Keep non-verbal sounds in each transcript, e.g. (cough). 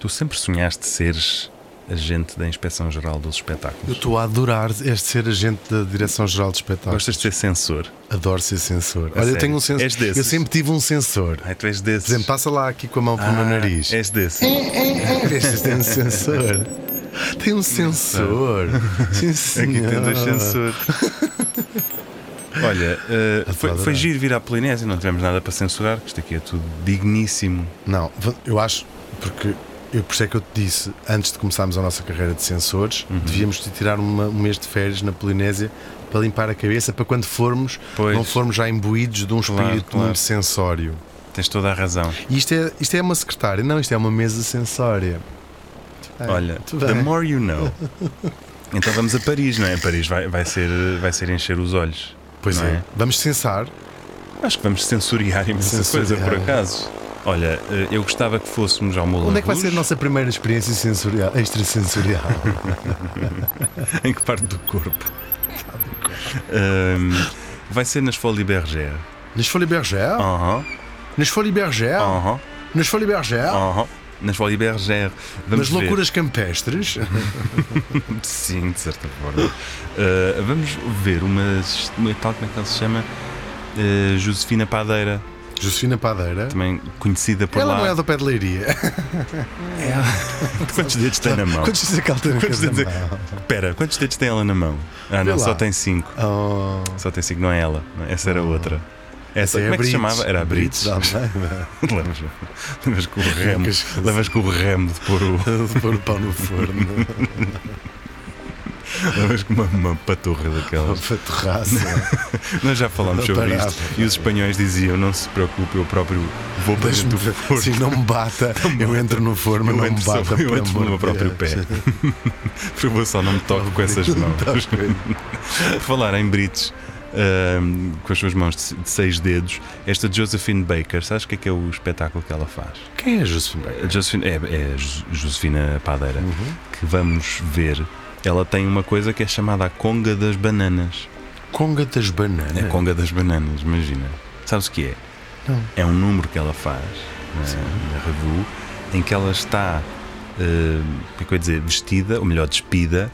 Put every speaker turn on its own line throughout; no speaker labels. Tu sempre sonhaste seres agente da Inspeção Geral dos
Eu
Espetáculos.
estou a adorar este ser agente da Direção-Geral de Espetáculos.
Gostas de ser censor.
Adoro ser sensor.
A
Olha,
sério?
eu tenho um sensor.
És desses?
Eu sempre tive um sensor.
Ai, tu és
Por exemplo,
desses. Ah,
passa lá aqui com a mão pelo meu nariz.
És
(laughs)
desse.
Este tem um sensor. Tem um sensor. Sim,
Aqui
senhor.
tem dois
(laughs)
sensores. Olha, eh, foi,
adorar.
foi giro vir à Polinésia, não tivemos nada para censurar, que isto aqui é tudo digníssimo.
Não, v- eu acho, porque eu, por isso é que eu te disse, antes de começarmos a nossa carreira de sensores,
Uhum.
devíamos de tirar uma- um mês de férias na Polinésia para limpar a cabeça, para quando formos,
Pois.
não formos já imbuídos de um
Claro,
espírito
claro.
muito sensório.
Tens toda a razão.
E isto é, isto é uma secretária, não, isto é uma mesa sensória. Ai,
Olha,
muito
the
É, bem.
more you
(laughs)
know. Então vamos a Paris, não é? Paris vai, vai, ser, vai ser encher os olhos.
Pois
não
é. Vamos censar.
Acho que vamos censuriar imensa coisa,
Censuriar.
por acaso. Olha, eh, eu gostava que fôssemos ao Moulin
Onde é que vai
Rouge.
ser a nossa primeira experiência sensorial,
(laughs)
extrasensorial?
Em que parte do corpo? Ahm, vai ser nas Folies Bergère.
nas Folies Bergère?
Aham,
Nas Folies Bergère?
aham,
Nas Folies Bergère?
aham. Nas Folies Bergère.
Nas
Ah. Vamos ver. (laughs)
loucuras campestres?
Sim, de certa forma. Uh, vamos ver uma, uma tal, como é que ela se chama? Uh, Josefina Padeira,
Josefina Padeira?
também conhecida por
Ela
lá. É.
não é do pé de leiria.
(laughs) Quantos dedos tem na mão?
Quantos dias é que ela tem?
Quantos
na
dedos é-
mão?
Espera, quantos dedos tem ela na mão? Ah,
Vê
não, só
lá.
tem cinco.
Oh,
Só tem cinco, não é ela. não é? Essa era outra. Essa,
é tá
como é que se
Brites.
chamava? Era a Brites.
da Almeida.
(laughs) levas, levas com o remo.
Nunca
Levas com o remo de pôr o.
De (laughs) pôr o pau
(laughs)
no forno.
Levas com uma, uma paturra daquelas.
Para a terraça.
Nós já falámos sobre
Parava.
isto. E os espanhóis diziam: não se preocupe, eu próprio vou para dentro do forno.
Se não me
(laughs)
bata, eu entro no forno,
Eu
não
entro,
me
só,
bata.
eu
pelo
entro
amor
no meu
de
próprio
Deus.
pé. Por favor, só não me toque com essas mãos. (laughs) Por falar em brites, ahm, com as suas mãos de, de seis dedos, esta Josephine Baker, sabes o que é que é o espetáculo que ela faz?
Quem é Josefina?
A Josephine, Uhum. é, é Jo- Josefina Padeira, que vamos ver. Ela tem uma coisa que é chamada a Conga das Bananas.
Conga das
É a
bananas.
Conga das Bananas, imagina. Sabes o que é?
Não.
É um número que ela faz né, na, na Revue em que ela está, eh, como é que eu ia dizer, vestida, ou melhor, despida,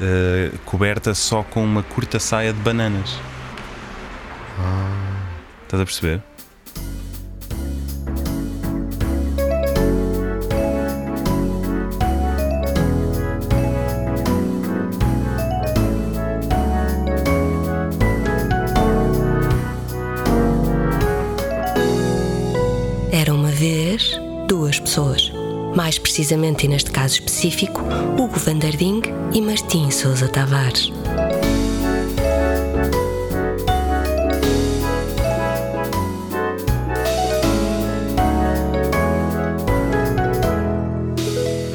eh, coberta só com uma curta saia de bananas.
Ah.
Estás a
(laughs)
perceber?
Era uma vez duas pessoas. Mais precisamente, e neste caso específico, Hugo Vanderding e Martim Sousa Tavares.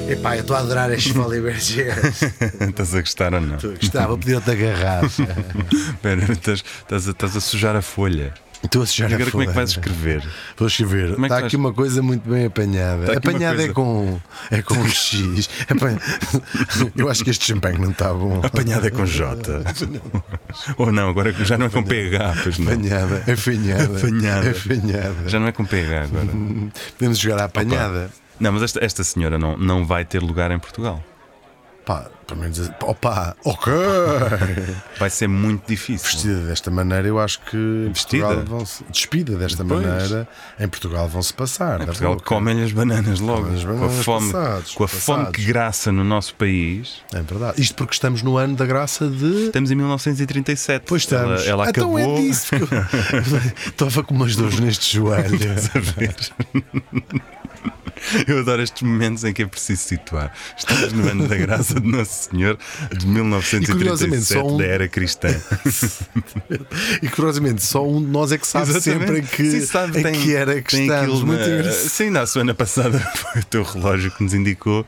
Epá, eu estou a adorar
(laughs)
este Volibergers.
estás a gostar ou não?
Gostava, podia-te agarrar.
Espera, estás, estás a, estás a sujar a folha.
Estou a sujar
E
a
agora como é que
folha.
vais escrever?
(laughs) Vou
Como
escrever.
é que
Está
faz?
aqui uma coisa muito bem apanhada.
Está aqui uma
apanhada é
coisa.
com,
(laughs)
é com um X. Apanha- (laughs) Eu acho que este champanhe não está bom.
Apanhada com J. (laughs) ou não, agora já não é com PH, pois não.
Apanhada, afanhada.
Afanhada.
afanhada.
Já não é com PH agora.
Podemos jogar à apanhada.
Não, mas esta, esta senhora não, não vai ter lugar em Portugal.
Pá, pelo menos. Opa, ok.
Vai ser muito difícil.
Vestida desta maneira, eu acho que. em
Vestida?
Portugal vão-se- Despida desta
Pois.
maneira, em Portugal vão-se passar. Em
Portugal comem-lhe as bananas logo.
Comem-lhe as
com a
bananas,
fome,
passados,
com a fome
passados.
que graça no nosso país.
É verdade. Isto porque estamos no ano da graça de.
Estamos em 1937.
Pois estamos.
Ela, ela
então
acabou.
é
(laughs)
disso que eu... Estava com umas dores neste joelho.
Estás a ver? Eu adoro estes momentos em que é preciso situar. Estamos no ano da graça de Nosso Senhor de
E
1937
curiosamente, só um-
da era cristã.
E curiosamente, só um de nós é que sabe sempre em
Exatamente.
que,
Sim, sabe,
em
tem-
que era que
tem
estamos.
aquilo
Muito
na- (laughs)
engraçado.
Sim, na semana passada (laughs) foi o teu relógio que nos indicou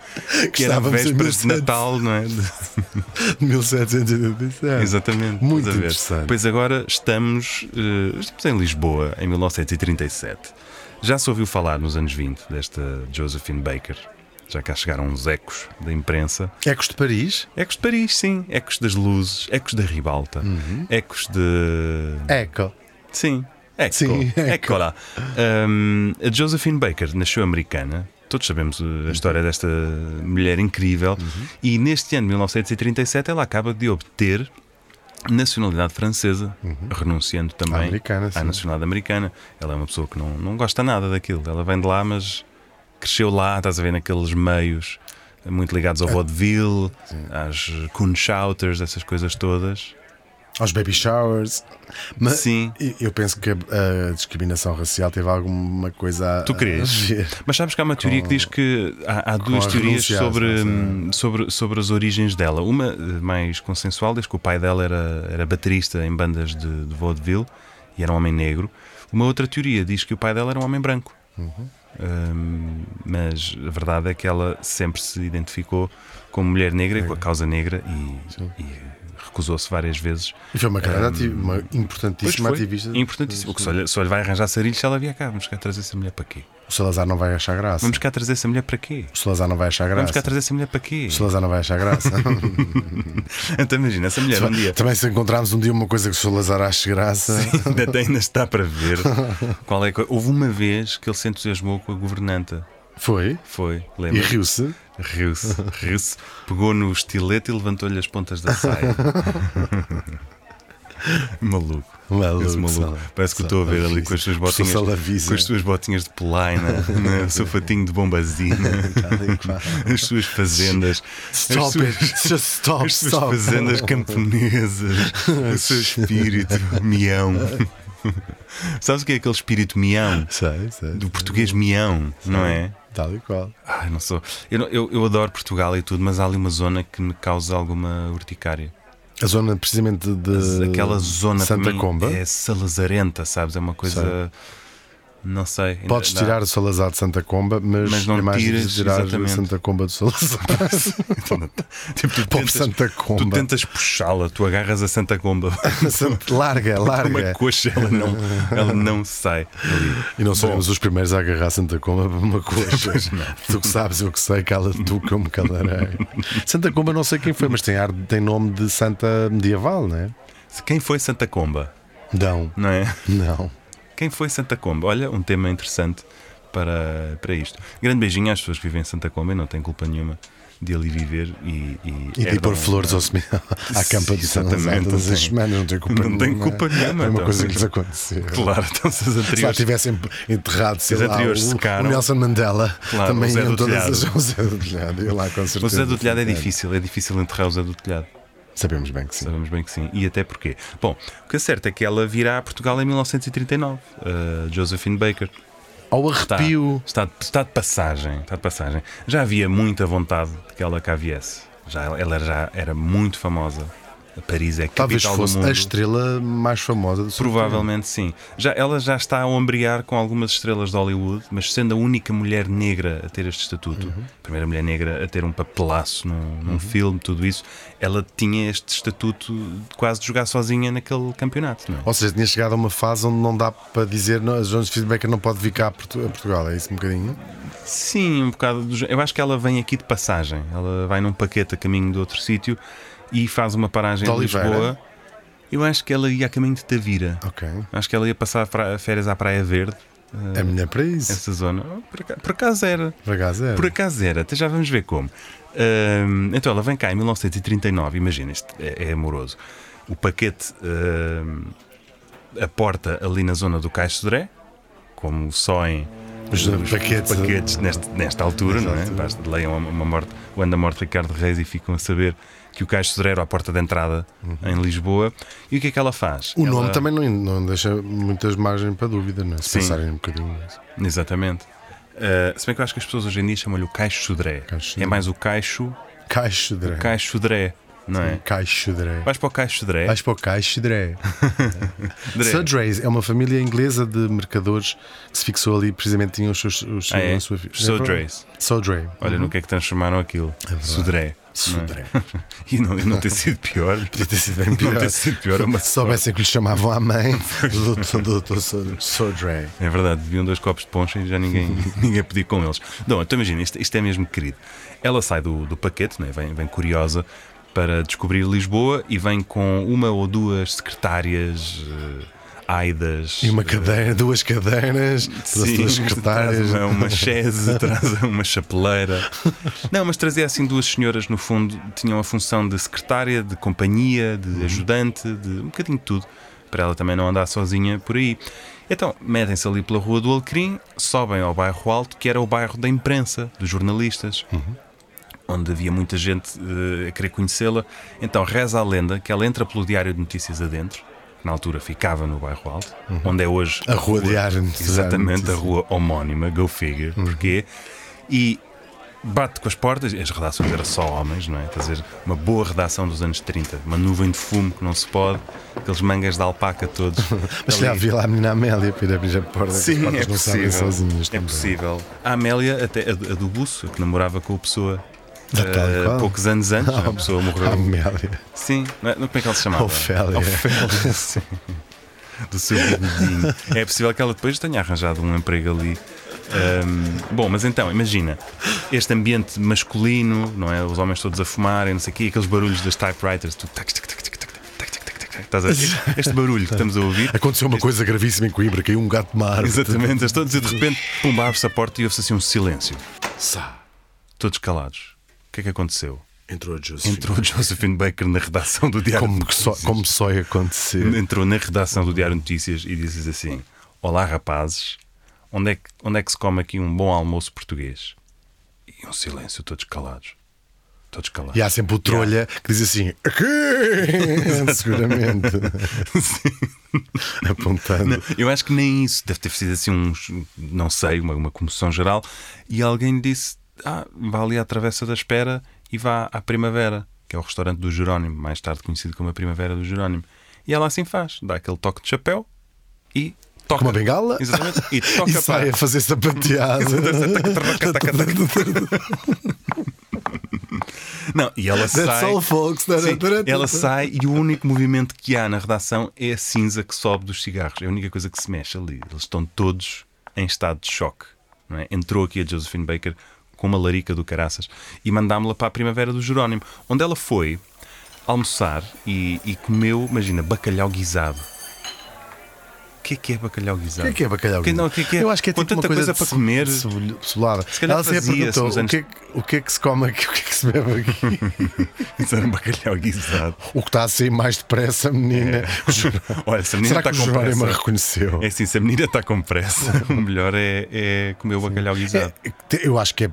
que, era a
estávamos em
véspera de
1700.
Natal, não é? De-
1787.
Exatamente.
É. Muito
estás a ver?
interessante.
Pois agora estamos, eh, estamos em Lisboa, em 1937. Já se ouviu falar nos anos 20 desta Josephine Baker? Já cá chegaram uns ecos da imprensa.
Ecos de Paris?
Ecos de Paris, sim. Ecos das luzes, ecos da ribalta,
Uhum.
ecos de.
Eco.
Sim, eco.
Sim, eco.
Ecco lá. Hum, a Josephine Baker nasceu americana, todos sabemos eh,
Uhum.
a história desta mulher incrível. E neste ano, 1937, ela acaba de obter nacionalidade francesa, renunciando também
Uhum. americana,
à
sim.
nacionalidade americana. Ela é uma pessoa que não, não gosta nada daquilo. Ela vem de lá, mas cresceu lá, estás a ver, naqueles meios muito ligados
É.
ao vaudeville, às kunshouters, essas coisas todas.
Aos baby showers. Mas
Sim.
e- Eu penso que a, a discriminação racial teve alguma coisa a.
Tu crês?
a ver.
Mas sabes que há uma teoria que diz que há, há duas
a
teorias
renúncia às
sobre,
nossas-
hum, sobre, sobre as origens dela. Uma eh, mais consensual diz que o pai dela era, era baterista em bandas de, de vaudeville e era um homem negro. Uma outra teoria diz que o pai dela era um homem branco.
Uhum.
Hum, mas a verdade é que ela sempre se identificou como mulher negra, e com a causa negra e, e recusou-se várias vezes.
E foi uma
Um,
grande ati- uma importantíssima
Pois foi, É
ativista.
Importantíssimo. O que só lhe, só lhe vai arranjar sarilhos se ela vier cá. Vamos cá trazer essa mulher para quê?
O Salazar não vai achar graça.
Vamos cá trazer essa mulher para quê?
O Salazar não vai achar graça.
Vamos cá trazer essa mulher para quê?
O Salazar não vai
(laughs)
achar graça.
Então imagina, essa mulher um (laughs) dia
Também se encontrarmos um dia uma coisa que o Salazar ache graça.
ainda, tem- ainda está para (laughs) ver qual é a coisa. Houve uma vez que ele se entusiasmou com a governanta.
Foi.
Foi,
E
lembra?
riu-se.
Riu-se, (laughs) riu-se, pegou no estilete e levantou-lhe as pontas da (laughs) saia. maluco.
Maluco,
Esse maluco.
Salazar.
Parece que eu estou a ver ali com as suas
Professor
botinhas.
Salavisa.
Com as suas botinhas de (laughs) polaina, né, o seu fatinho de bombazina, (laughs) as suas fazendas. as
Stop
suas- (laughs)
it. Just stop,
As suas
stop.
fazendas camponesas, o
(laughs)
seu espírito mião. Sabes o que é aquele espírito mião?
Sei, sei.
Do português mião, não é?
Tal e qual.
Ai, não sou. Eu, não- eu, eu adoro Portugal e tudo, mas há ali uma zona que me causa alguma urticária.
A zona precisamente de.
Aquela zona
Eh, Santa
para mim
Comba.
é salazarenta, sabes? É uma coisa. Não sei. ainda-
Podes
dá-
tirar
(laughs)
o Salazar de Santa Comba, mas,
Mas não
é mais difícil
tiras,
tirar
exatamente.
Santa Comba do Salazar. Então,
Tipo, tu
Pobre
tentas-
Santa
Tu
Comba.
tentas puxá-la, tu agarras a Santa Comba.
Santa- (laughs) larga,
Uma
larga.
coxa, ela não, ela não sai dali.
E não seremos os primeiros a agarrar Santa Comba para uma
(laughs)
coxa. tu que sabes, eu que um sei, cala tu que eu me calarei. Santa Comba não sei quem foi, mas tem, ar, tem nome de Santa Medieval, não é?
Quem foi Santa Comba?
Não,
Não é? (laughs)
não.
Quem foi Santa Comba? Olha, um tema interessante para, para isto. Grande beijinho às pessoas que vivem em Santa Comba e não têm culpa nenhuma de ali viver e. E,
E de ir pôr
herdam-
flores ao semi- à campa de Santa
Exatamente,
todas
não
as
tem-
semanas, não tem culpa
não tem culpa nenhuma,
É uma
então.
coisa que lhes aconteceu.
Claro, (laughs) estão seus
Se lá
anteriores.
tivessem enterrado, sei
Os
lá,
anteriores
o,
secaram.
o Nelson Mandela,
Claro,
também
o Zé
iam
do
todas
Telhado.
as (laughs) o Zé do Telhado. Eu lá, com certeza.
O Zé do Telhado é difícil, é difícil enterrar o Zé do Telhado.
Sabemos bem que sim.
Sabemos bem que sim. E até porquê? Bom, o que é certo é que ela virá a Portugal em 1939, a eh, Josephine Baker.
Ao
Está,
arrepio.
está, está de passagem, está de passagem. Já havia muita vontade de que ela cá viesse. Já, ela já era muito famosa. Paris é a capital
Talvez fosse
do mundo.
a estrela mais famosa do seu
Provavelmente sim. Já, ela já está a ombrear com algumas estrelas de Hollywood, mas sendo a única mulher negra a ter este estatuto,
Uhum.
a primeira mulher negra a ter um papelaço num, num filme, tudo isso, ela tinha este estatuto de quase de jogar sozinha naquele campeonato. Não é?
Ou seja, tinha chegado a uma fase onde não dá para dizer não, a Jones Feedbacker não pode vir cá a Portu- a Portugal, é isso um bocadinho?
Sim, um bocado. do gé- Eu acho que ela vem aqui de passagem. Ela vai num paquete a caminho de outro sítio e faz uma paragem
De
em
Oliveira?
Lisboa. Eu acho que ela ia a caminho de Tavira.
Ok.
Acho que ela ia passar fra- férias à Praia Verde,
É melhor para isso. é.
essa zona. Oh, Por aca- por acaso era.
Para cá, zero.
É. Por acaso era, até já vamos ver como. Ahm, então ela vem cá em 1939, imagina, isto é, é amoroso. O paquete ahm, aporta ali na zona do Caixo Sodré, como só em
Os paquetes.
paquetes neste- nesta altura,
Nesta
não é?
altura.
Basta leiam uma, uma morte, o Anda Morte Ricardo Reis e ficam a saber que o Caixo Sodré era a porta de entrada em Lisboa. E o que é que ela faz?
Uhum. O nome
Ela-
também não, não deixa muitas margens para dúvida, não é? Se
Sim.
pensarem um bocadinho. nisso.
Exatamente. Ah, se bem que eu acho que as pessoas hoje em dia chamam-lhe o Caixo Sodré.
Caixo
É
Sodré.
mais o Caixo,
Caixo de dré.
Caixo Sodré, não é?
Caixo de dré.
Vais para o Caixo Dré.
Vais para o Caixo de dré.
Dré.
Sudreys é uma família inglesa de mercadores que se fixou ali, precisamente tinham os seus. Os,
Ah, é?
a sua-
Sudreys.
Sudrey.
Olha no que é que transformaram aquilo.
É
Sudré. (laughs)
Sudrey.
E não, e não ter sido pior.
(laughs) Podia ter sido bem pior.
Não ter sido pior, é uma
Se soubessem que lhe chamavam à mãe, doutor, doutor Sodré.
É verdade, deviam dois copos de poncha e já ninguém, (laughs) ninguém podia com eles. Não, então imagina, isto, isto é mesmo querido. Ela sai do, do paquete, né, vem, vem curiosa para descobrir Lisboa e vem com uma ou duas secretárias eh, aidas.
E uma cadeira, duas cadeiras, todas as
Sim,
tuas secretárias.
(laughs) traz uma, uma chaise, (laughs) traz uma chapeleira. Não, mas trazia assim duas senhoras, no fundo, tinham a função de secretária, de companhia,
Uhum.
de ajudante, de um bocadinho de tudo, para ela também não andar sozinha por aí. Então, metem-se ali pela Rua do Alecrim, sobem ao bairro Alto, que era o bairro da imprensa, dos jornalistas. Onde havia muita gente eh, a querer conhecê-la. Então reza a lenda que ela entra pelo Diário de Notícias adentro, que na altura ficava no bairro Alto, onde é hoje
Uhum. A Rua Diário de Notícias. Uhum.
Exatamente, a rua homónima, Go Figure, porquê? E bate com as portas, as redações eram só homens, não é? Quer dizer, uma boa redação dos anos 30, uma nuvem de fumo que não se pode, aqueles mangas de alpaca todos.
(laughs) Mas se
ali.
calhar vi lá a menina Amélia para ir abrir a porta. que as
Sim,
portas
é
não sabem
possível.
sozinhas.
é
também.
possível. A Amélia, até a, a do Busso, que namorava com o Pessoa.
Ah, tal e
eh,
qual.
poucos anos antes, a pessoa morreu.
Amélia.
Sim, não é- não- como é que ela se chamava?
Ofélia.
Ofélia, sim. Do seu bigodinho. É possível que ela depois tenha arranjado um emprego ali. Ahm, bom, mas então, imagina este ambiente masculino, não é? Os homens todos a fumarem, não sei o quê, aqueles barulhos das typewriters, tu tac, tac, tac, tac, tac, tac, tac, tac, tac, tac, estás a ver? Este barulho que estamos a ouvir,
Aconteceu uma coisa gravíssima em Coimbra, caiu um gato de
(laughs)
mar.
exatamente, as todos e de repente, pumba, abre-se a porta e ouve-se assim um silêncio,
Sá.
todos calados. O que é que aconteceu?
Entrou a Josephine.
Entrou Josephine Baker na redação do Diário
Como,
de
que só,
Notícias.
como só ia acontecer.
entrou na redação do Diário Notícias e disse assim: Olá rapazes, onde é, que, onde é que se come aqui um bom almoço português? E um silêncio, todos calados. Todos calados.
E há sempre
(laughs)
o trolha que diz assim: aqui! Seguramente. Apontando.
Eu acho que nem isso. Deve ter sido assim uns, não sei, uma, uma comoção geral. E alguém disse: Ah, vá ali à Travessa da Espera e vá à Primavera, que é o restaurante do Jerónimo, mais tarde conhecido como a Primavera do Jerónimo. E ela assim faz, dá aquele toque de chapéu e toca.
Com uma bengala?
Exatamente. E toca
(laughs) e sai a
para.
fazer sapateado.
Não, e ela
That's
sai.
all, folks.
Sim, ela sai e o único movimento que há na redação é a cinza que sobe dos cigarros. É a única coisa que se mexe ali. Eles estão todos em estado de choque. não é? Entrou aqui a Josephine Baker com uma larica do caraças e mandámos-la para a Primavera do Jerónimo, onde ela foi almoçar e, e comeu, imagina, bacalhau guisado. O que é que é bacalhau guisado?
O que é que é bacalhau?
Que não, o que é que é?
Eu acho que é
Com
tipo
tanta
uma
coisa para comer.
de cebulho- cebolada.
Se calhar
Ela sempre
fazia-se
perguntou
nos
o que, é que, o que é que se come aqui, o que é que se bebe
(laughs)
aqui. é?
Isso era um bacalhau guisado.
o que está a sair mais depressa, menina.
É.
(laughs)
Olha, se a menina
Será
está
que o
com
Jerónimo a
pressa.
reconheceu?
É assim, se a menina está com pressa, (laughs) o melhor é, é comer o bacalhau guisado.
É, te- Eu acho, que é,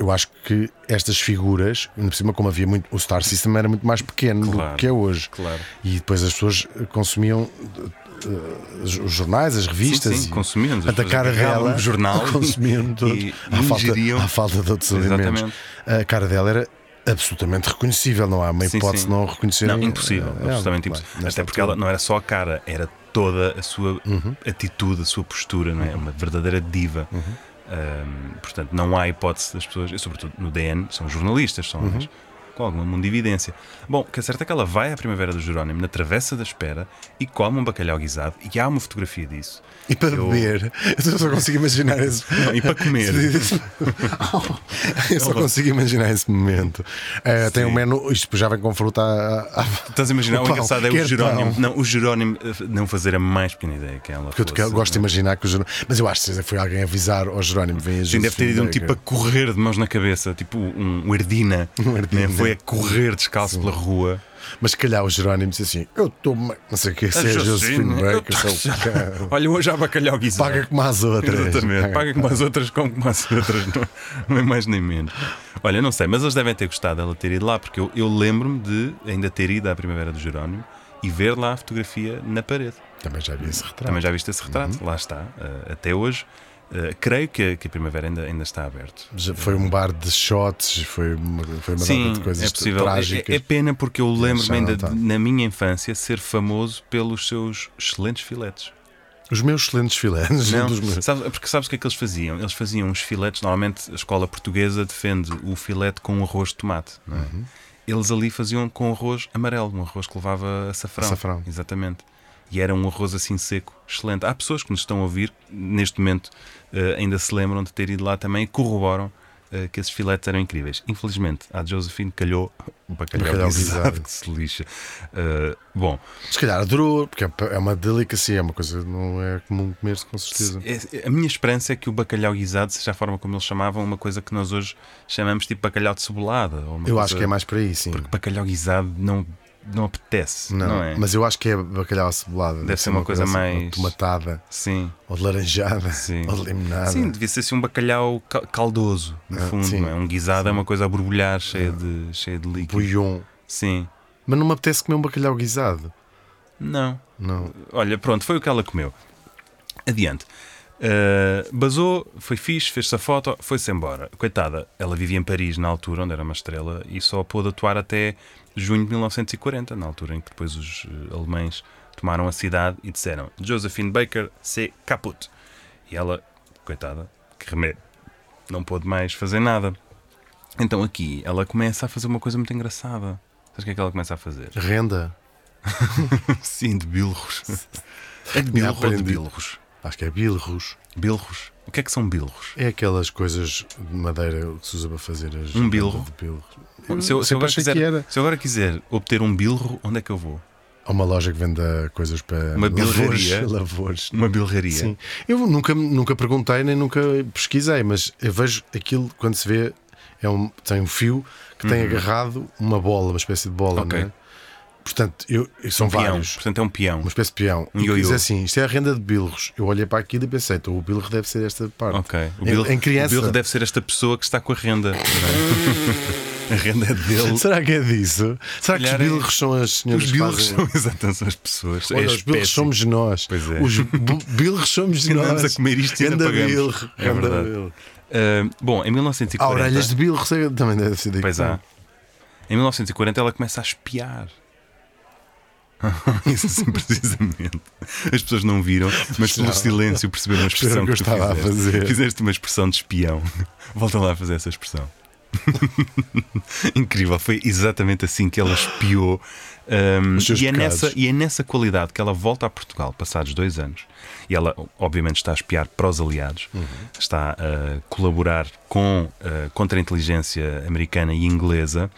eu acho que estas figuras, ainda por cima, como havia muito, o Star System era muito mais pequeno
Claro,
do que é hoje.
claro.
E depois as pessoas eh, consumiam eh, os os jornais, as revistas.
sim,
e
consumíamos, as
Até
pessoas
cara
agarravam
dela.
um
(laughs)
jornal e-
Consumiam todos.
e
à, falta,
ingeriam.
à falta de outros alimentos.
Exatamente.
A cara dela era absolutamente reconhecível, não há uma
Sim,
hipótese
sim.
de não a reconhecerem.
Não, impossível,
eh, ela,
absolutamente
claro,
impossível.
nesta
Até porque
altura.
ela não era só a cara, era toda a sua
Uhum.
atitude, a sua postura, não é? Uma verdadeira diva. Ahm, portanto, não há hipótese das pessoas, e sobretudo no DN, são jornalistas, são
Uhum.
homens com alguma mundividência. Bom, o que é certo é que ela vai à Primavera do Jerónimo, na Travessa da Espera, e come um bacalhau guisado, e há uma fotografia disso.
E para
Eu-
beber, eu só consigo imaginar esse.
Não, e para
(laughs)
comer.
eu só consigo imaginar esse momento. Eh, tem
Sim.
um menu, isto já vem com fruta à. à...
Estás a imaginar?
O
O,
pão,
engraçado é
quer
o Jerónimo.
pão.
Não, o Jerónimo eh, não fazer a mais pequena ideia que ela
Porque eu te-
fosse,
eu gosto de
não é?
imaginar que o Jerónimo. Mas eu acho que foi alguém avisar ao Jerónimo. Vem a
Sim, deve ter
Josephine
ido um
Baker.
tipo a correr de mãos na cabeça, tipo um, um Erdina.
(laughs) Um Erdina.
né? Foi a correr descalço pela rua.
Mas se calhar o Jerónimo disse assim: Eu estou. Não sei o que, se é Josephine
eu
Baker,
tô-
sou o cara.
(laughs) Olha, hoje há bacalhau guisado.
Paga como as outras. É.
Exatamente. Paga como as outras, como como as outras. Não, não é mais nem menos. Olha, eu não sei, mas eles devem ter gostado dela ter ido lá, porque eu, eu lembro-me de ainda ter ido à Primavera do Jerónimo e ver lá a fotografia na parede.
Também já vi esse retrato.
Também já viste esse retrato?
Uhum.
Lá está, eh, até hoje. Eh, creio que, que a primavera ainda, ainda está aberto.
Já Foi um bar de shots, foi uma, foi uma data
Sim,
de coisas
é possível. É-
trágicas.
É, é pena porque eu lembro-me
já
ainda,
não tá.
de- na minha infância, ser famoso pelos seus excelentes filetes.
Os meus excelentes (laughs) filetes.
Não,
dos meus-
sabes- porque sabes o que é que eles faziam? Eles faziam uns filetes, normalmente a escola portuguesa defende o filete com arroz de tomate. não é?
Uhum.
Eles ali faziam com arroz amarelo, um arroz que levava açafrão.
Açafrão.
Exatamente. E era um arroz assim seco, excelente. Há pessoas que nos estão a ouvir, neste momento, eh, ainda se lembram de ter ido lá também e corroboram eh, que esses filetes eram incríveis. Infelizmente, a Josephine calhou bacalhau,
Bacalhau
(laughs) bacalhau
guisado.
que se lixa. Eh, bom,
Se calhar adorou, porque é- é uma delicacia, é uma coisa que não é comum comer-se com certeza.
É- A minha esperança é que o bacalhau guisado seja a forma como eles chamavam, uma coisa que nós hoje chamamos tipo bacalhau de cebolada. ou uma
Eu
coisa-
acho que é mais para aí, sim.
Porque bacalhau guisado não, não apetece, não,
Não,
é?
mas eu acho que é bacalhau acebolado. Deve,
ser uma coisa
assim,
mais-
Tomatada,
Sim,
ou de laranjada,
Sim.
(laughs) ou de limonada.
sim, devia ser assim um bacalhau ca- caldoso, no
Ah,
fundo.
sim. Ah.
Não é? Um guisado é uma coisa a borbulhar, cheia, de, cheia de líquido.
bouillon.
Sim,
Mas não me apetece comer um bacalhau guisado.
não.
Não.
Olha, pronto, foi o que ela comeu. Adiante. Uh, basou, foi fixe, fez-se a foto, foi-se embora. Coitada, ela vivia em Paris na altura, onde era uma estrela, e só pôde atuar até junho de 1940, na altura em que depois os eh, alemães tomaram a cidade e disseram Josephine Baker, se caput. E ela, coitada, que remédio, não pôde mais fazer nada. Então aqui ela começa a fazer uma coisa muito engraçada. Sabes o que é que ela começa a fazer?
Renda.
(laughs) Sim, de (laughs) bilros. É de bilro ou de
aprendi.
bilros?
Acho que é bilros.
Bilros. O que é que são bilros?
É aquelas coisas de madeira que se usa para fazer as.
Um bilro.
De bilros.
Se eu, se eu
Sempre
agora
achei que
quiser,
era.
se eu agora quiser obter um bilro, onde é que eu vou?
Há uma loja que venda coisas para.
Uma
lavores,
bilraria.
(laughs) Lavores.
Uma bilraria.
Sim. Eu nunca, nunca perguntei nem nunca pesquisei, mas eu vejo aquilo quando se vê, é um, tem um fio que tem agarrado uma bola, uma espécie de bola,
Uhum. Ok.
não é? Portanto, eu, eu- são
Peão.
vários.
Portanto, é um peão.
Uma espécie de peão.
Um
E
ioiô.
diz assim: isto é a renda de bilros. Eu olhei para aquilo e pensei: então, o bilro deve ser esta parte.
Ok. O
Em-
bilro,
em criança.
o bilro deve ser esta pessoa que está com a renda. não
(laughs)
é? a renda é dele.
(laughs) Será que é disso? Será que os
calhar é-
bilros são as senhoras
Os
que
bilros são
fazem-
(laughs) exatamente são as pessoas. é
Olha,
a
os bilros
espécie.
somos nós.
Pois é. (laughs)
Os bu- bilros somos nós.
Andamos a comer isto e ainda
Ganda
pagamos.
bilro,
É
ganda
verdade.
bilro.
Ah, bom, em
Há
1940.
orelhas de bilro, sei- também deve ser daqui.
Pois há. Em 1940 ela começa a espiar. (laughs) Isso sim, precisamente. As pessoas não viram, mas pelo
Não.
silêncio perceberam a expressão
que eu
tu
estava a
fizeste.
fazer.
Fizeste uma expressão de espião. Volta lá a fazer essa expressão. (laughs) Incrível, foi exatamente assim que ela espiou. Um,
Os seus
e, é
pecados.
nessa, e é nessa qualidade que ela volta a Portugal, passados dois anos, e ela, obviamente, está a espiar para os aliados, está a colaborar com eh, a contra-inteligência americana e inglesa.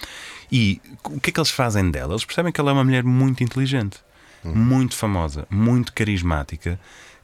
E o que é que eles fazem dela? Eles percebem que ela é uma mulher muito inteligente, muito famosa, muito carismática.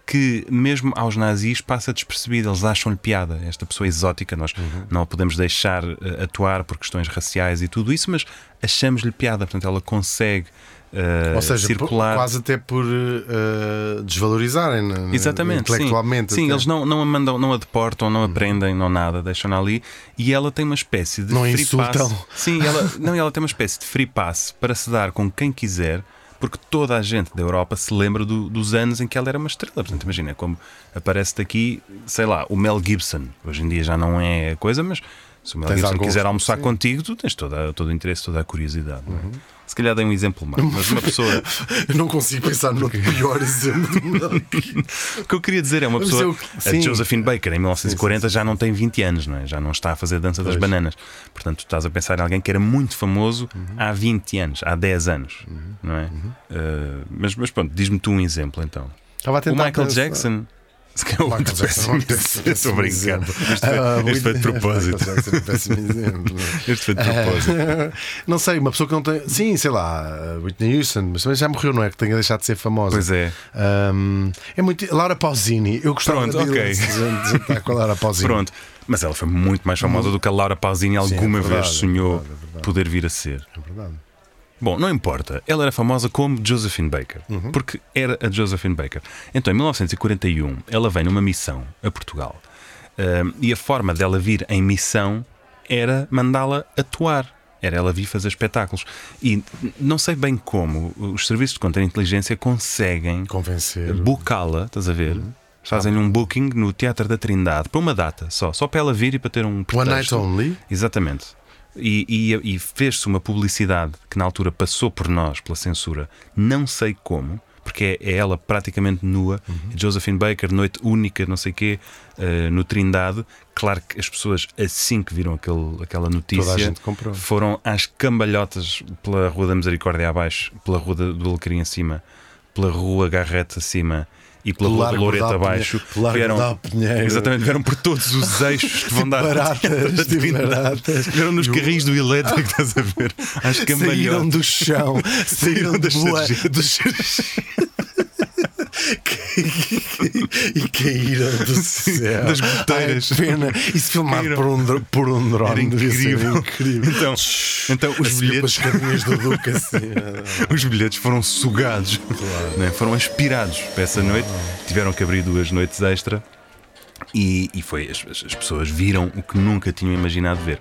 Que mesmo aos nazis passa despercebida, eles acham-lhe piada. Esta pessoa exótica, nós não a podemos deixar eh, atuar por questões raciais e tudo isso, mas achamos-lhe piada. Portanto, ela consegue eh,
Ou seja, por-
circular.
quase até por eh, desvalorizarem né, né,
Exatamente,
intelectualmente. Uhum.
Sim, sim
até.
eles não, não a mandam, não a deportam, não a prendem, não nada, deixam-na ali e ela tem uma espécie de
Não a
free pass.
insultam.
Sim, ela, não, ela tem uma espécie de free pass para se dar com quem quiser. Porque toda a gente da Europa se lembra do- dos anos em que ela era uma estrela. Portanto, imagina como aparece daqui, sei lá, o Mel Gibson. Hoje em dia já não é a coisa, mas se o Mel
Tens
Gibson
algum-
quiser almoçar contigo, tu tens toda, todo o interesse, toda a curiosidade. não é?
Uhum.
Se calhar dei um exemplo mau, mas uma pessoa.
Eu não consigo pensar no pior
(laughs)
exemplo.
O que eu queria dizer é uma
Mas
pessoa.
eu-
a
sim.
Josephine Baker, em 1940, já não tem 20 anos, não é? já não está a fazer dança das bananas. Portanto, tu estás a pensar em alguém que era muito famoso
Uhum.
há 20 anos, há 10 anos, não é? Uh, mas, mas pronto, diz-me tu um exemplo então.
Estava a
O
tentar
Michael
pensar.
Jackson. Se calhar
Michael
outro
Jackson, é um
péssimo
péssimo
exemplo. Eu Estou a brincar.
um
Este
exemplo. Ah,
foi- Este foi de propósito.
Michael Jackson, é um péssimo
(laughs)
exemplo.
Este foi de
(laughs)
propósito.
não sei, uma pessoa que não tem. Sim, sei lá, Whitney Houston, mas também já morreu, não é? Que tenha deixado de ser famosa.
Pois é.
Ahm, é muito. Laura Pausini. Eu gostava
Pronto,
de,
ok.
de jantar com a Laura Pausini.
Pronto. Mas ela foi muito mais famosa do que a Laura Pausini alguma
é verdade,
vez sonhou
é verdade, é verdade.
poder vir a ser.
É verdade.
Bom, não importa. Ela era famosa como Josephine Baker,
Uhum.
porque era a Josephine Baker. Então, em 1941, ela vem numa missão a Portugal. Ahm, e a forma dela vir em missão era mandá-la atuar. Era ela vir fazer espetáculos. E n- não sei bem como os serviços de contra-inteligência conseguem
Convencer.
bocá-la, estás a ver?
Uhum.
Fazem-lhe um booking no Teatro da Trindade para uma data só, só para ela vir e para ter um
One
pretexto.
Night Only.
Exatamente. E, e- e fez-se uma publicidade que na altura passou por nós, pela censura, não sei como, porque é, é ela praticamente nua,
Uhum.
Josephine Baker, Noite Única, não sei quê, eh, no Trindade. Claro que as pessoas, assim que viram aquele, aquela notícia,
Toda a gente comprou.
foram às cambalhotas pela Rua da Misericórdia abaixo, pela Rua da- do Alecrim acima, pela Rua Garrete acima. e pela
Pelo
Lo-
Largo
Loreta
da Pinhe-
abaixo.
Pelo Largo da Pinheira.
Exatamente, vieram por todos
(laughs)
os eixos que vão dar. (laughs)
Baratas, tipo baratas.
Vieram nos
E o-
carrinhos do elétrico, estás a ver? Acho que é
Saíram
(laughs)
do chão, saíram
das
das boa,
sarjetas.
dos (laughs) e caíram do céu.
das goteiras.
Ai, pena. E se filmar
Caíram.
por um, dro- por um drone,
Era
devia ser
incrível.
incrível.
Então, então os
Assim, com
bilhetes.
As carinhas do Duque assim.
(laughs) Os bilhetes foram sugados, né? foram aspirados para essa noite. Tiveram que abrir duas noites extra e, e foi as, as- as pessoas viram o que nunca tinham imaginado ver.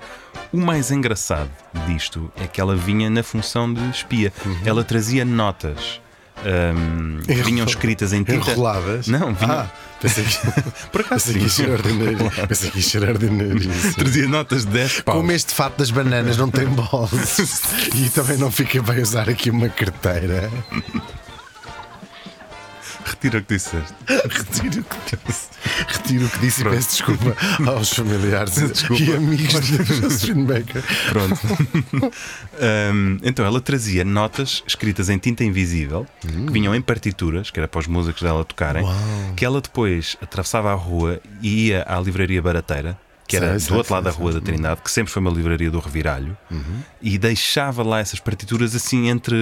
O mais engraçado disto é que ela vinha na função de espia.
Uhum.
Ela trazia notas. ahm, que vinham escritas em tinta
é. Enroladas?
Não, vinham
Ah, pensei que.
por acaso
Pensei que ia
sim. (laughs)
ser ordinário. Pensei que ia ser ordinário.
Trazia notas de 10 paus.
Como este fato das bananas não tem bolsas (laughs) e também não fica bem usar aqui uma carteira.
Retira o que
(laughs)
disseste.
Retiro é- o que disse. Retiro o que disse
Pronto.
e peço desculpa aos familiares
Peço desculpa.
e amigos da Josephine Baker.
Pronto. Ahm, então ela trazia notas escritas em tinta invisível, que vinham em partituras, que era para os músicos dela tocarem, que ela depois atravessava a rua e ia à livraria Barateira, que era
Sei,
do
sei,
outro lado
sei,
da Rua da Trindade, que sempre foi uma livraria do Reviralho, e deixava lá essas partituras assim entre.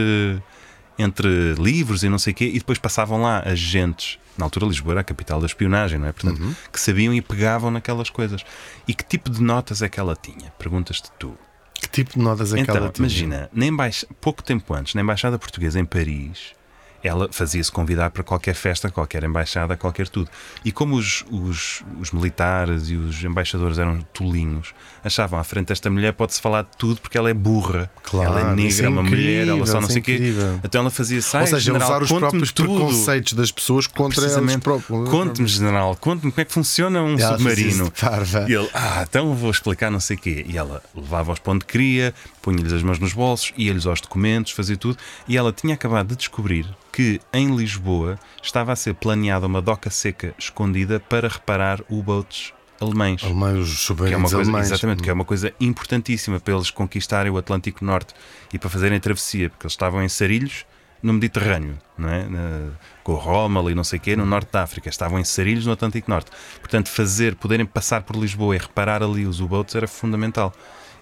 Entre livros e não sei o quê, e depois passavam lá agentes. Na altura, Lisboa era a capital da espionagem, não é? Portanto, que sabiam e pegavam naquelas coisas. E que tipo de notas é que ela tinha? Perguntas-te tu.
Que tipo de notas é que
Então,
ela tinha?
imagina, na embaixa- pouco tempo antes, na Embaixada Portuguesa em Paris, ela fazia-se convidar para qualquer festa, qualquer embaixada, qualquer tudo. E como os, os- os militares e os embaixadores eram tolinhos, achavam à frente desta mulher pode-se falar de tudo porque ela é burra,
Claro,
ela é negra,
isso é
é uma mulher, ela
incrível,
só não
isso é
sei o quê.
incrível.
Então ela fazia sai,
Ou seja,
general,
usar os
conte-me
próprios
tudo.
preconceitos das pessoas contra elas
Precisamente.
próprias.
Conte-me, general, conte-me como é que funciona um
Ela fez isso
submarino.
de parva.
E ele, ah, então vou explicar não sei o quê. E ela levava-os para onde queria, punha-lhes as mãos nos bolsos, ia-lhes aos documentos, fazia tudo. E ela tinha acabado de descobrir que em Lisboa estava a ser planeada uma doca seca escondida para reparar U-boats alemães.
Alemães, os
Que é uma
submarinos
coisa,
alemães.
exatamente, que é uma coisa importantíssima para eles conquistarem o Atlântico Norte e para fazerem a travessia, porque eles estavam em Sarilhos no Mediterrâneo, não é? Na- com Roma e não sei o quê, no Norte da África. Estavam em Sarilhos no Atlântico Norte. Portanto, fazer, poderem passar por Lisboa e reparar ali os U-Boats era fundamental.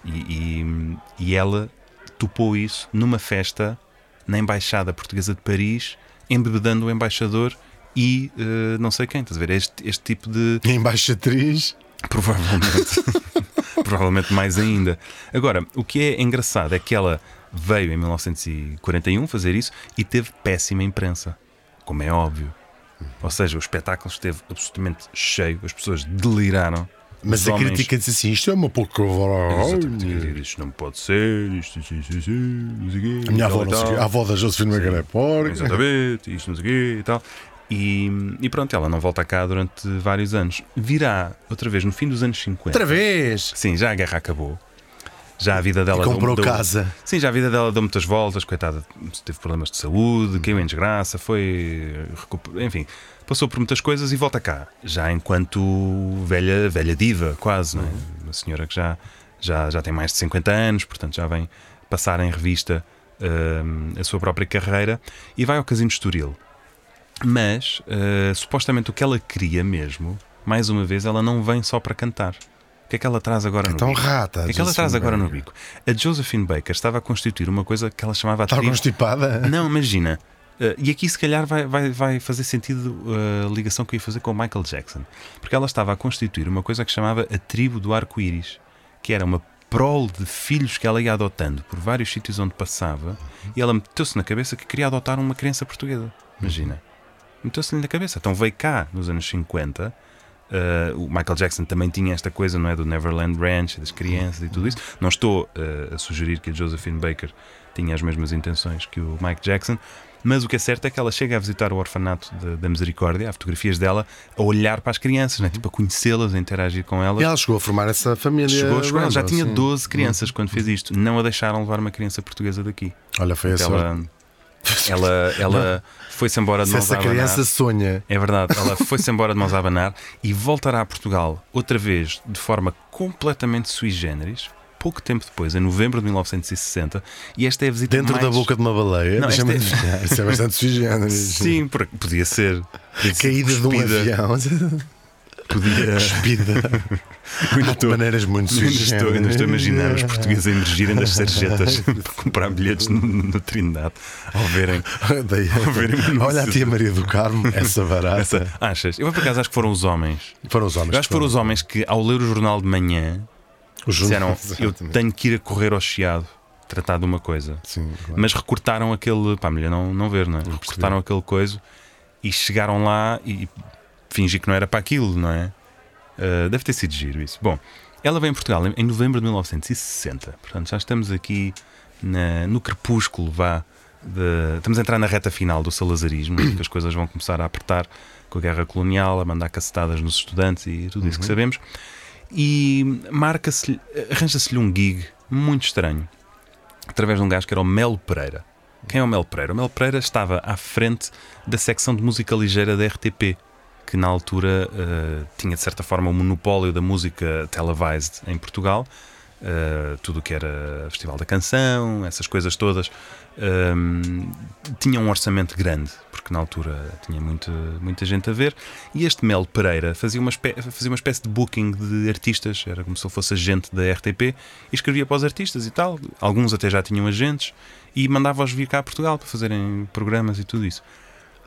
E, e, e ela topou isso numa festa na Embaixada Portuguesa de Paris, embebedando o embaixador e eh, não sei quem. Estás a ver? Este, este tipo de.
E a Embaixatriz. (laughs)
Provavelmente. Provavelmente mais ainda. Agora, o que é engraçado é que ela veio em 1941 fazer isso e teve péssima imprensa, como é óbvio. Ou seja, o espetáculo esteve absolutamente cheio, as pessoas deliraram.
Mas
os
a
homens-
crítica disse assim: isto é uma pouco.
Exatamente, quer dizer, Isto não pode ser, isto, isto, isto, isto, não sei o quê,
A minha
tal
avó,
e
não sei o quê,
tal.
a avó da Josephine Baker é porca.
Exatamente, isto não sei o quê e tal. E, e pronto, ela não volta cá durante vários anos. Virá outra vez no fim dos anos 50.
Outra vez!
Sim, já a guerra acabou. Já a vida dela
E comprou
deu- deu-
casa.
Sim, já a vida dela deu muitas voltas, coitada, teve problemas de saúde, caiu em desgraça, foi. recuper- Enfim, passou por muitas coisas e volta cá. Já enquanto velha, velha diva, quase, não
Uhum.
é? Uma senhora que já, já, já tem mais de 50 anos, portanto já vem passar em revista hum, a sua própria carreira e vai ao Casino de Estoril. Mas, eh, supostamente, o que ela queria mesmo, mais uma vez, ela não vem só para cantar. O que é que ela traz agora no
Então,
bico?
rata.
O que é que ela
Josephine
traz agora no
Baker.
bico? A Josephine Baker estava a constituir uma coisa que ela chamava
Está
atriz.
constipada?
Não, imagina. Eh, e aqui, se calhar, vai, vai, vai fazer sentido eh, a ligação que eu ia fazer com o Michael Jackson. Porque ela estava a constituir uma coisa que chamava a tribo do arco-íris, que era uma prole de filhos que ela ia adotando por vários sítios onde passava. E ela meteu-se na cabeça que queria adotar uma criança portuguesa. Imagina. Meteu-se-lhe na cabeça. Então veio cá nos anos 50. eh, o Michael Jackson também tinha esta coisa, não é? Do Neverland Ranch, das crianças e tudo isso. Não estou eh, a sugerir que a Josephine Baker tinha as mesmas intenções que o Mike Jackson, mas o que é certo é que ela chega a visitar o orfanato da, da Misericórdia, há fotografias dela, a olhar para as crianças, não é? tipo a conhecê-las, a interagir com elas.
E ela chegou a formar essa família.
Chegou, chegou, ela já
Randall,
tinha
sim. Uhum.
12 crianças quando fez isto. Não a deixaram levar uma criança portuguesa daqui.
Olha, foi a sorte.
Ela, ela, ela foi-se embora de
Se
mãos
essa
a abanar.
criança sonha.
É verdade, ela foi-se embora de mãos a abanar e voltará a Portugal outra vez de forma completamente sui generis, pouco tempo depois, em novembro de 1960, e esta é a visita
Dentro
mais...
da boca de uma baleia,
Não,
deixa-me
este é-
adivinhar, Isso é bastante sui generis.
Sim, por- podia ser. Podia ser
Caída de um
cuspida,
avião.
Podia. (laughs)
Cuspida.
Eu ainda estou-
De maneiras muito
ainda estou, ainda estou a imaginar os
portugueses.
portugueses a emergirem das
(laughs)
sarjetas (laughs) para comprar bilhetes no, no Trindade ao
(laughs)
verem.
Daí-
verem o
Olha a
anúncio.
tia Maria do Carmo, essa barata.
Essa, achas? Eu por acaso acho que foram os homens.
Foram os homens.
Eu acho que foram os homens que, ao ler o jornal de manhã,
Os (laughs)
disseram:
jornais,
Eu
exatamente.
tenho que ir a correr ao Chiado tratar de uma coisa.
Sim, claro.
Mas recortaram aquele. Pá, melhor não, não ver, não é? Recortaram aquele coisa e chegaram lá e fingir que não era para aquilo, não é? Ah, deve ter sido giro isso. Bom, ela vem a Portugal em, em novembro de 1960. Portanto, já estamos aqui na- no crepúsculo, vá. de- estamos a entrar na reta final do salazarismo, em que as coisas vão começar a apertar com a guerra colonial, a mandar cacetadas nos estudantes e tudo isso que sabemos. E marca-se, arranja-se-lhe um gig muito estranho através de um gajo que era o Melo Pereira. Quem é o Melo Pereira? O Melo Pereira estava à frente da secção de música ligeira da RTP, que na altura eh, tinha de certa forma o monopólio da música televised em Portugal. Eh, tudo o que era Festival da Canção, essas coisas todas, ehm, tinha um orçamento grande, porque na altura tinha muito, muita gente a ver. E este Melo Pereira fazia uma, espé- fazia uma espécie de booking de artistas, era como se ele fosse agente da RTP, e escrevia para os artistas e tal. Alguns até já tinham agentes, e mandava-os vir cá a Portugal para fazerem programas e tudo isso.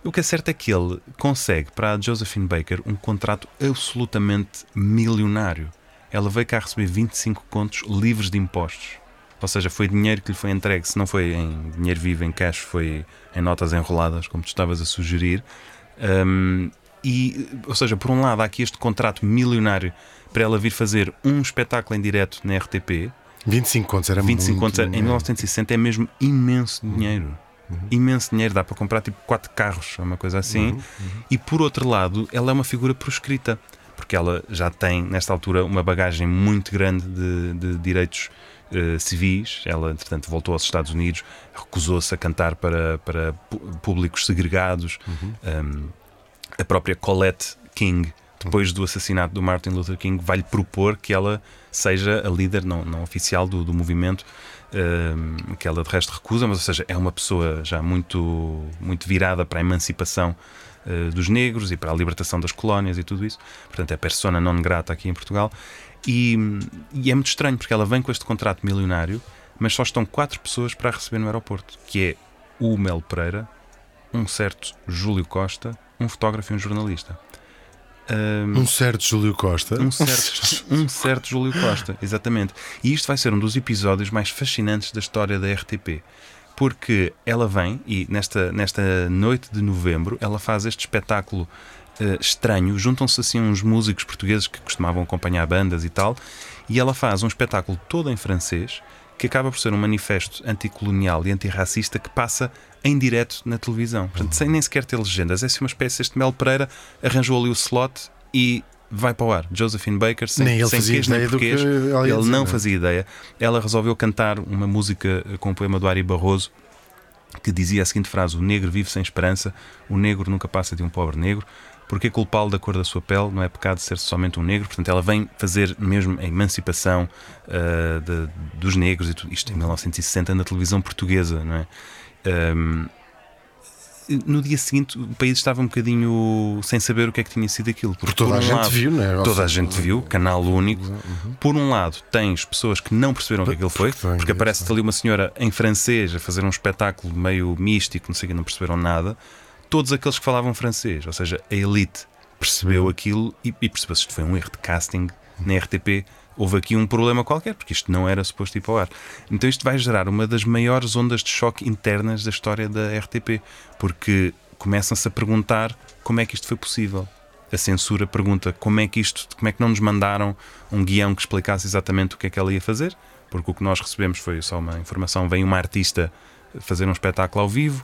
O que é certo é que ele consegue para a Josephine Baker um contrato absolutamente milionário. Ela veio cá receber 25 contos livres de impostos. Ou seja, foi dinheiro que lhe foi entregue, se não foi em dinheiro vivo, em cash, foi em notas enroladas, como tu estavas a sugerir. Hum, e, ou seja, por um lado há aqui este contrato milionário para ela vir fazer um espetáculo em direto na RTP,
25 contos era
25
muito
contos em
dinheiro.
1960 é mesmo imenso dinheiro. Imenso dinheiro, dá para comprar tipo quatro carros, é uma coisa
Uhum,
assim. E por outro lado, ela é uma figura proscrita, porque ela já tem, nesta altura, uma bagagem muito grande de, de direitos eh, civis. Ela, entretanto, voltou aos Estados Unidos, recusou-se a cantar para, para pu- públicos segregados. Ahm, a própria Colette King, depois do assassinato do Martin Luther King, vai-lhe propor que ela seja a líder não, não oficial do, do movimento, hum, que ela de resto recusa, mas ou seja, é uma pessoa já muito, muito virada para a emancipação eh, dos negros e para a libertação das colónias e tudo isso. Portanto, é persona non grata aqui em Portugal. E, hum, e é muito estranho porque ela vem com este contrato milionário, mas só estão quatro pessoas para a receber no aeroporto, que é o Mel Pereira, um certo Júlio Costa, um fotógrafo e um jornalista. Ehm, Ahm,
Um certo Júlio Costa.
um, certo, um certo Júlio Costa, exatamente. E isto vai ser um dos episódios mais fascinantes da história da RTP. Porque ela vem e nesta, nesta noite de novembro ela faz este espetáculo eh, estranho. Juntam-se assim uns músicos portugueses que costumavam acompanhar bandas e tal. E ela faz um espetáculo todo em francês que acaba por ser um manifesto anticolonial e antirracista que passa em direto na televisão. Portanto, sem nem sequer ter legendas. É assim uma espécie, este Mel Pereira arranjou ali o slot e vai para o ar. Josephine Baker, sem,
Nem ele
sem
fazia
queijo nem
ideia do que
porquês,
ela ia
ele
dizer,
não
não é?
fazia ideia. Ela resolveu cantar uma música eh, com o poema do Ari Barroso que dizia a seguinte frase: O negro vive sem esperança, o negro nunca passa de um pobre negro. Porque é culpá-lo da cor da sua pele não é pecado ser somente um negro. Portanto, ela vem fazer mesmo a emancipação ah, de- dos negros e tudo isto em 1960 na televisão portuguesa, não é? Ahm, no dia seguinte, o país estava um bocadinho sem saber o que é que tinha sido aquilo. Porque,
Toda
por
a
um
gente
lado,
viu, não é? Ou
Toda a
seja, Uhum,
gente viu, canal único. Por um lado, tens pessoas que não perceberam o que aquilo foi,
porque tem
porque
isso,
aparece ali uma senhora em francês a fazer um espetáculo meio místico, não sei o que, não perceberam nada. Todos aqueles que falavam francês, ou seja, a elite, percebeu
Uhum.
aquilo e, e percebeu se isto foi um erro de casting na RTP. Houve aqui um problema qualquer, porque isto não era suposto ir para o ar. Então isto vai gerar uma das maiores ondas de choque internas da história da RTP, porque começam-se a perguntar como é que isto foi possível a censura pergunta como é que isto, como é que não nos mandaram um guião que explicasse exatamente o que é que ela ia fazer, porque o que nós recebemos foi só uma informação, vem uma artista fazer um espetáculo ao vivo,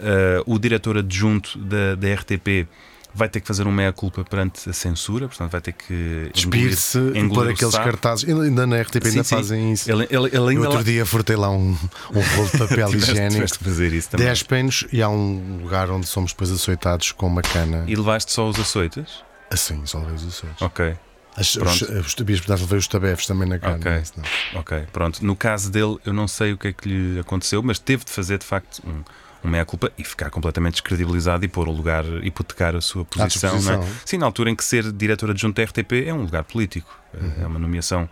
ah, o diretor adjunto da, da RTP vai ter que fazer uma meia-culpa perante a censura, portanto vai ter que
Despir-se
engolir-
e pôr
engolir o
aqueles
sapo.
cartazes. Ainda ainda na RTP ainda
Sim, sim.
fazem isso.
Ele, ele- ele
Eu
ainda
outro
lá...
dia furtei lá um, um rolo de
(laughs)
papel
Tiveste-
higiênico,
tiveste que fazer isso também.
10 penos e há um lugar onde somos depois açoitados com uma cana.
E levaste só os açoites?
Assim, só levei os Açores.
Ok.
As, os,
Pronto.
os, os, levei os tabefes também na cara.
Ok.
não é? Senão-
Ok, pronto. No caso dele, eu não sei o que é que lhe aconteceu, mas teve de fazer de facto um, um meia-culpa e ficar completamente descredibilizado e pôr o lugar, hipotecar a sua posição.
disposição.
não é? Sim, na altura em que ser diretor adjunto da RTP é um lugar político,
Uhum.
é uma nomeação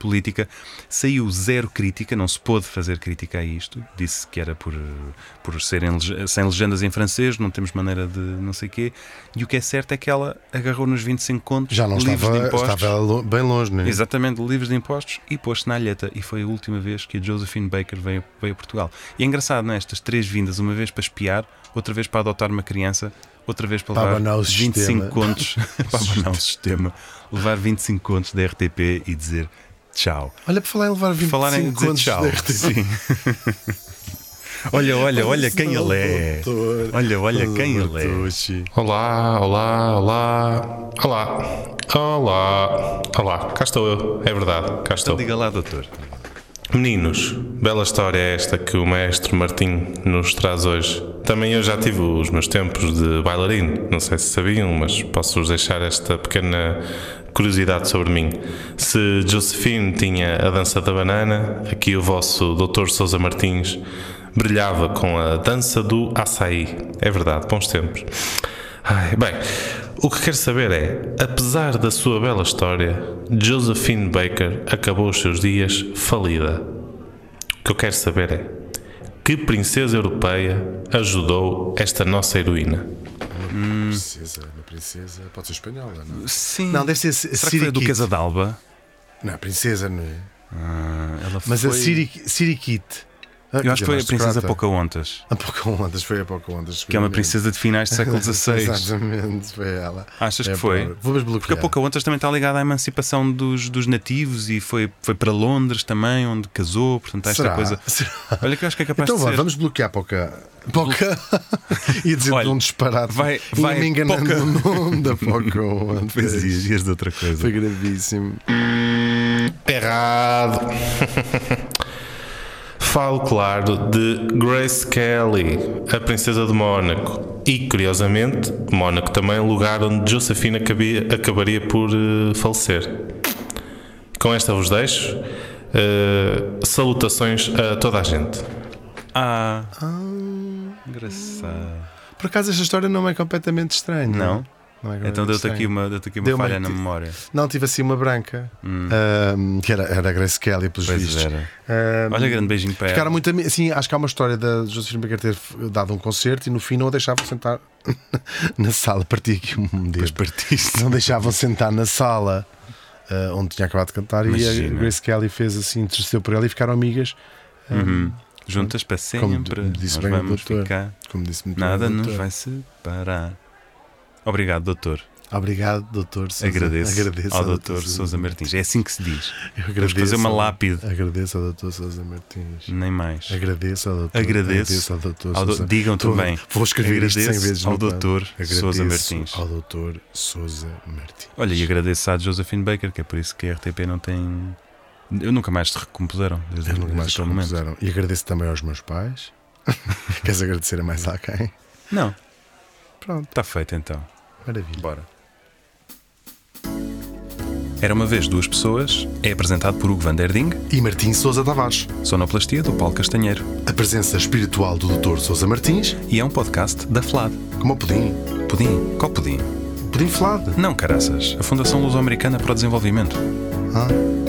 política. Saiu zero crítica, não se pôde fazer crítica a isto. Disse que era por, por serem lege- sem legendas em francês, não temos maneira de não sei quê. E o que é certo é que ela agarrou nos 25 contos
Já não
livres de
estava,
impostos.
estava lo- bem longe, não é?
Exatamente, livres de impostos e pôs-se na alheta. E foi a última vez que a Josephine Baker veio, veio a Portugal. E é engraçado, não é? Estas três vindas, uma vez para espiar, outra vez para adotar uma criança, outra vez para
Para
levar
abanar o
25
sistema. (laughs)
contos (laughs) para abanar o sistema, levar 25 contos da RTP e dizer tchau.
Olha, para falar em levar 25
Falar em dizer
contos
tchau.
da
(laughs)
RTP.
Sim. olha, olha, olha
Senão,
quem ele é.
doutor.
Olha, olha quem ele é.
Doutor, sim.
Olá, olá, olá, olá, olá, olá, cá estou eu, é verdade, cá estou.
Diga lá, doutor.
Meninos, bela história é esta que o maestro Martim nos traz hoje. Também eu já tive os meus tempos de bailarino, não sei se sabiam, mas posso-vos deixar esta pequena curiosidade sobre mim. Se Josephine tinha a dança da banana, aqui o vosso Dr. Sousa Martins brilhava com a dança do açaí. É verdade, bons tempos. Ai, bem, o que quero saber é, apesar da sua bela história, Josephine Baker acabou os seus dias falida. O que eu quero saber é, que princesa europeia ajudou esta nossa heroína?
Hum.
Princesa,
é
uma princesa, pode ser espanhola, não é?
Sim.
Não, deve ser
Será que foi a
Siriquite.
Duquesa d'Alba?
Não, princesa, não é?
Ah, ela
Mas a
foi-
Siri- Siriquite. Ah, quer
Eu acho que
dizer,
foi a
mais
Princesa
croata.
Pocahontas,
A Pocahontas, foi a Pocahontas.
que é uma
seguramente.
princesa de finais do
(laughs)
século XVI.
Exatamente, foi ela.
Achas
É,
que foi?
pá, Vamos bloquear.
Porque a Pocahontas também está ligada à emancipação dos, dos nativos e foi, foi para Londres também, onde casou. Portanto, há é esta
Será?
coisa.
Será?
Olha, que eu acho que é capaz
Então
de
vá,
ser.
vamos bloquear Poca.
(laughs)
Poca. Ia dizer
Olha,
um disparate.
vai- vai,
me enganando
Poca.
no nome da
(laughs)
Pocahontas.
Pois dias de outra coisa.
Foi gravíssimo.
Errado! (laughs) Falo, claro, de Grace Kelly, a princesa de Mónaco. E, curiosamente, Mónaco também é o lugar onde Josefina acabia- acabaria por eh, falecer. Com esta vos deixo. eh, salutações a toda a gente.
Ah. Engraçado.
Por acaso esta história não é completamente estranha.
Não?
Não é completamente
Então deu-te
estranha.
aqui uma, deu-te aqui uma
Deu-me
falha
aqui- Ah,
na memória. Hum,
Não, tive assim uma branca. Ahm, que era, era a Grace Kelly, pelos
Pois
vistos.
era.
Ahm,
Olha, grande beijinho para
Ficaram
ela.
muito ami- assim, acho que há uma história da Josephine Baker ter dado um concerto e no fim não a deixavam sentar (laughs) na sala. Parti aqui um dedo. Não deixavam sentar na sala ah, onde tinha acabado de cantar e
Imagina.
a Grace Kelly fez assim, intercedeu por ela e ficaram amigas. Ah,
Uhum. Juntas para
Como
sempre.
disse
Nós
bem o
vamos
doutor.
ficar.
Como disse muito
Nada
bem, o
nos
doutor.
vai separar. Obrigado, doutor.
Obrigado, doutor. Sousa.
Agradeço,
agradeço
ao Dr.
Sousa.
Sousa Martins. É assim que se diz.
Eu
Vamos fazer uma lápide,
Agradeço ao doutor Sousa Martins.
nem mais.
Agradeço ao doutor.
Agradeço
ao doutor.
ao do-
Sousa.
digam
Vou-
também.
Vou escrever isto 100
Agradeço
vezes
ao
no plano.
doutor
Agradeço
Sousa Martins.
Ao doutor Sousa Martins.
Olha, e agradeço à Josephine Baker, que é por isso que a RTP não tem. Eu nunca mais se recompuseram. Desde,
Eles nunca
desde
mais se
aquele momento.
recusaram. E agradeço também aos meus pais. (laughs) Queres agradecer a mais alguém?
Não,
Pronto,
está feito então.
maravilha.
Bora. Era uma vez duas pessoas. É apresentado por Hugo Van Der Ding,
E Martim Sousa Tavares.
sonoplastia do Paulo Castanheiro.
A presença espiritual do doutor Sousa Martins,
E é um podcast da FLAD.
como o pudim.
Pudim? Qual pudim?
Pudim flado.
(laughs) Não, caraças. A Fundação Luso-Americana para o Desenvolvimento.
Ah.